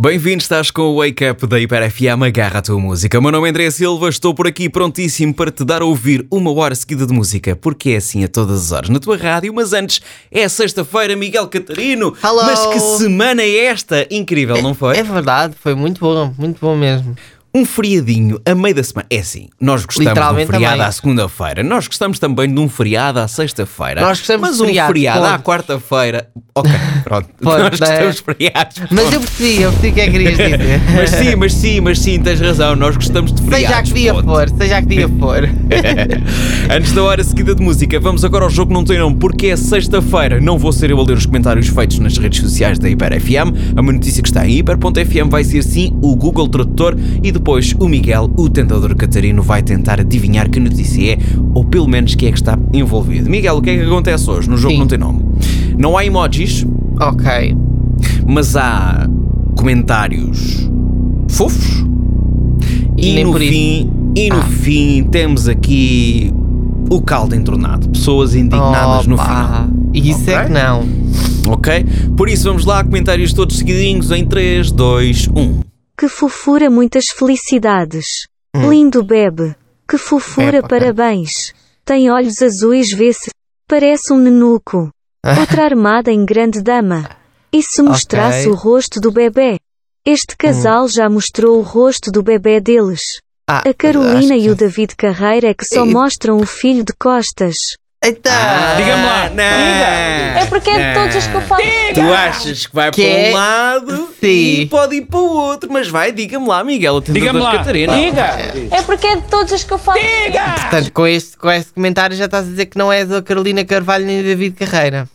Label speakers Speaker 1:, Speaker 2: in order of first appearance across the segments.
Speaker 1: Bem-vindo, estás com o Wake Up da Hiper FM, agarra a tua música. O meu nome é André Silva, estou por aqui prontíssimo para te dar a ouvir uma hora seguida de música, porque é assim a todas as horas na tua rádio. Mas antes, é sexta-feira, Miguel Catarino.
Speaker 2: Hello.
Speaker 1: Mas que semana é esta? Incrível, não foi?
Speaker 2: É verdade, foi muito bom, muito bom mesmo.
Speaker 1: Um feriadinho a meio da semana. É assim, nós gostamos de um
Speaker 2: Literalmente
Speaker 1: feriado
Speaker 2: também.
Speaker 1: à segunda-feira, nós gostamos também de um feriado à sexta-feira,
Speaker 2: Nós gostamos
Speaker 1: mas
Speaker 2: de
Speaker 1: um
Speaker 2: feriados,
Speaker 1: feriado à
Speaker 2: ponto.
Speaker 1: quarta-feira. Ok, pronto. nós
Speaker 2: Ponto, não é?
Speaker 1: gostamos de feriados.
Speaker 2: Mas eu percebi, eu percebi o que é que querias dizer.
Speaker 1: Mas sim, mas sim, mas sim, tens razão, nós gostamos de feriados.
Speaker 2: seja a que dia
Speaker 1: ponto.
Speaker 2: for, seja a que dia for.
Speaker 1: Antes da hora seguida de música, vamos agora ao jogo que não tem nome, porque é sexta-feira. Não vou ser eu a ler os comentários feitos nas redes sociais da Hiper FM. A minha notícia que está em hiper.fm vai ser sim o Google Tradutor e depois o Miguel, o tentador Catarino, vai tentar adivinhar que notícia é, ou pelo menos que é que está envolvido. Miguel, o que é que acontece hoje no jogo que
Speaker 2: Sim.
Speaker 1: não tem nome? Não há emojis,
Speaker 2: ok.
Speaker 1: mas há comentários fofos.
Speaker 2: E
Speaker 1: E,
Speaker 2: nem
Speaker 1: no
Speaker 2: por isso.
Speaker 1: fim, e no
Speaker 2: Ah.
Speaker 1: fim temos aqui o caldo entornado, pessoas indignadas no final,
Speaker 2: Opa, Isso é
Speaker 1: Ok.
Speaker 2: que não.
Speaker 1: ok? Por isso vamos lá, comentários todos seguidinhos em um. 3, 2, 1.
Speaker 3: Que fofura, muitas felicidades.
Speaker 2: Hum.
Speaker 3: Lindo bebe. Que fofura,
Speaker 2: Epa, ok.
Speaker 3: parabéns. Tem olhos azuis, vê-se. Parece um nenuco. Outra armada em grande dama. E se mostrasse
Speaker 2: Ok. Hum.
Speaker 3: o rosto do bebê? Este casal já mostrou o rosto do bebê deles.
Speaker 2: Ah,
Speaker 3: A Carolina
Speaker 2: acho
Speaker 3: e o David Carreira é que só
Speaker 2: E-
Speaker 3: mostram o filho de costas.
Speaker 2: que- Então,
Speaker 1: Ah, Diga-me lá, não.
Speaker 4: É porque é de todos os que eu falo.
Speaker 1: Tu achas que vai
Speaker 2: Que
Speaker 1: para um
Speaker 2: é-
Speaker 1: lado
Speaker 2: Sim.
Speaker 1: e pode ir para o outro, mas vai, diga-me lá, Miguel, o tentador
Speaker 5: Diga-me lá.
Speaker 1: Catarina.
Speaker 4: É porque é de todos os que eu falo.
Speaker 2: Portanto, com este, com este comentário já estás a dizer que não és a Carolina Carvalho nem David Carreira.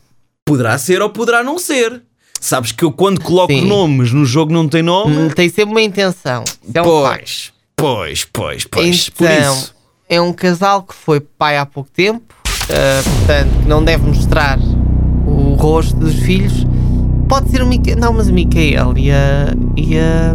Speaker 1: Poderá ser ou poderá não ser. Sabes que eu quando coloco
Speaker 2: Sim.
Speaker 1: nomes no jogo não tem nome,
Speaker 2: Hum, Tem sempre uma intenção. Isso é um facto.
Speaker 1: pois, pois, pois, pois, por
Speaker 2: Então,
Speaker 1: isso.
Speaker 2: é um casal que foi pai há pouco tempo, ah, portanto, que não deve mostrar o rosto dos filhos. Pode ser o Micael. Não, mas o Micael e a. E a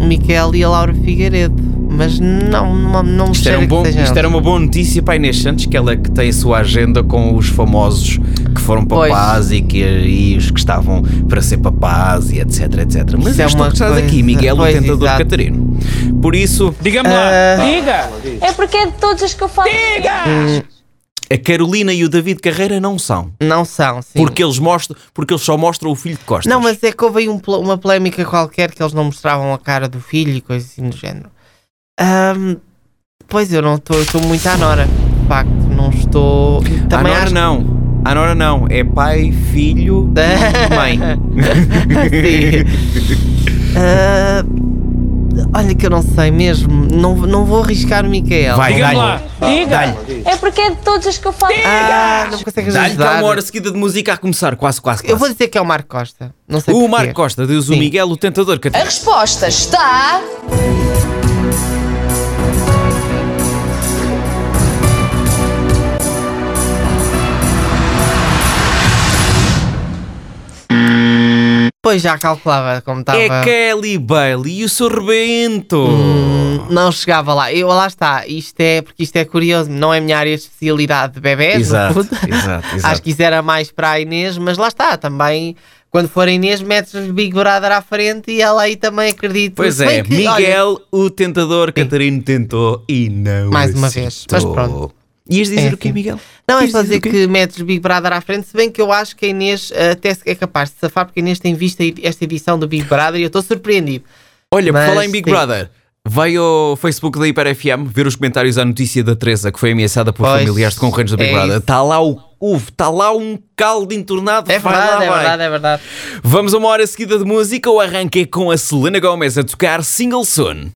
Speaker 2: o Micael e a Laura Figueiredo. Mas não, não, não me
Speaker 1: Isto era,
Speaker 2: cheira
Speaker 1: um bom-
Speaker 2: que sejam
Speaker 1: isto era
Speaker 2: eles.
Speaker 1: uma boa notícia para a Inês Santos, que ela é que tem a sua agenda com os famosos que foram
Speaker 2: Pois.
Speaker 1: papás e, que, e os que estavam para ser papás e etc, etc. Mas
Speaker 2: Isso é
Speaker 1: isto
Speaker 2: uma
Speaker 1: que estás
Speaker 2: coisa-
Speaker 1: aqui, Miguel, o
Speaker 2: pois,
Speaker 1: tentador
Speaker 2: exato. Ah.
Speaker 1: Catarino. Por isso,
Speaker 5: Diga-me lá. Diga.
Speaker 4: É porque é de todos os que eu falo.
Speaker 1: a Carolina e o David Carreira não são.
Speaker 2: Não são, sim.
Speaker 1: Porque eles, mostram, porque eles só mostram o filho de costas.
Speaker 2: Não, mas é que houve aí um pol- uma polémica qualquer que eles não mostravam a cara do filho e coisas assim do género. Ahm, pois eu não estou, eu estou muito à Nora. De facto, não estou.
Speaker 1: a
Speaker 2: Também
Speaker 1: Nora
Speaker 2: acho
Speaker 1: não. A Nora não. É pai, filho e mãe.
Speaker 2: Sim. Ah, olha que eu não sei mesmo. Não, não vou arriscar o Micael.
Speaker 1: Vai,
Speaker 5: Diga-me
Speaker 1: dá-lhe.
Speaker 5: lá.
Speaker 1: Dá-lhe.
Speaker 4: É porque é de todos os que eu falo.
Speaker 2: Ah, não consegues
Speaker 1: Dá-lhe que é há
Speaker 2: ajudar.
Speaker 1: uma hora seguida de música a começar. Quase, quase, quase.
Speaker 2: Eu vou dizer que é o Marco Costa. Não sei
Speaker 1: O
Speaker 2: porquê.
Speaker 1: Marco Costa, diz o
Speaker 2: Sim.
Speaker 1: Miguel, o tentador Catarina.
Speaker 4: A resposta está.
Speaker 2: Pois já calculava como estava.
Speaker 1: É Kelly Bailey e o seu rebento.
Speaker 2: Não chegava lá. Eu, lá está. Isto é, porque isto é curioso. Não é minha área de especialidade de
Speaker 1: É
Speaker 2: bebés. no fundo.
Speaker 1: exato,
Speaker 2: Acho que isso era mais para a Inês, mas lá está, também. Quando for a Inês, metes o Big Brother à frente e ela aí também acredita.
Speaker 1: Pois
Speaker 2: Se bem
Speaker 1: é,
Speaker 2: que, olha,
Speaker 1: Miguel, o tentador, Catarino tentou e não
Speaker 2: Mais uma
Speaker 1: acertou.
Speaker 2: vez, mas pronto.
Speaker 1: Ias dizer
Speaker 2: É
Speaker 1: o quê,
Speaker 2: assim.
Speaker 1: Miguel?
Speaker 2: Não, é
Speaker 1: Ias
Speaker 2: só dizer
Speaker 1: o quê?
Speaker 2: que metes Big Brother à frente, se bem que eu acho que a Inês eh, até se- é capaz de safar, porque a Inês tem visto aí esta edição do Big Brother e eu estou surpreendido.
Speaker 1: Olha, por
Speaker 2: Mas
Speaker 1: falar em Big
Speaker 2: sim.
Speaker 1: Brother, vai ao Facebook da Hiper FM ver os comentários à notícia da Teresa que foi ameaçada por
Speaker 2: Pois,
Speaker 1: familiares de concorrentes do Big
Speaker 2: é
Speaker 1: Brother.
Speaker 2: isso.
Speaker 1: Está lá o ovo, está lá um caldo entornado.
Speaker 2: É
Speaker 1: vai
Speaker 2: verdade,
Speaker 1: lá,
Speaker 2: é
Speaker 1: vai.
Speaker 2: verdade, é verdade.
Speaker 1: Vamos a uma hora seguida de música. O arranque é com a Selena Gomez a tocar Single Soon.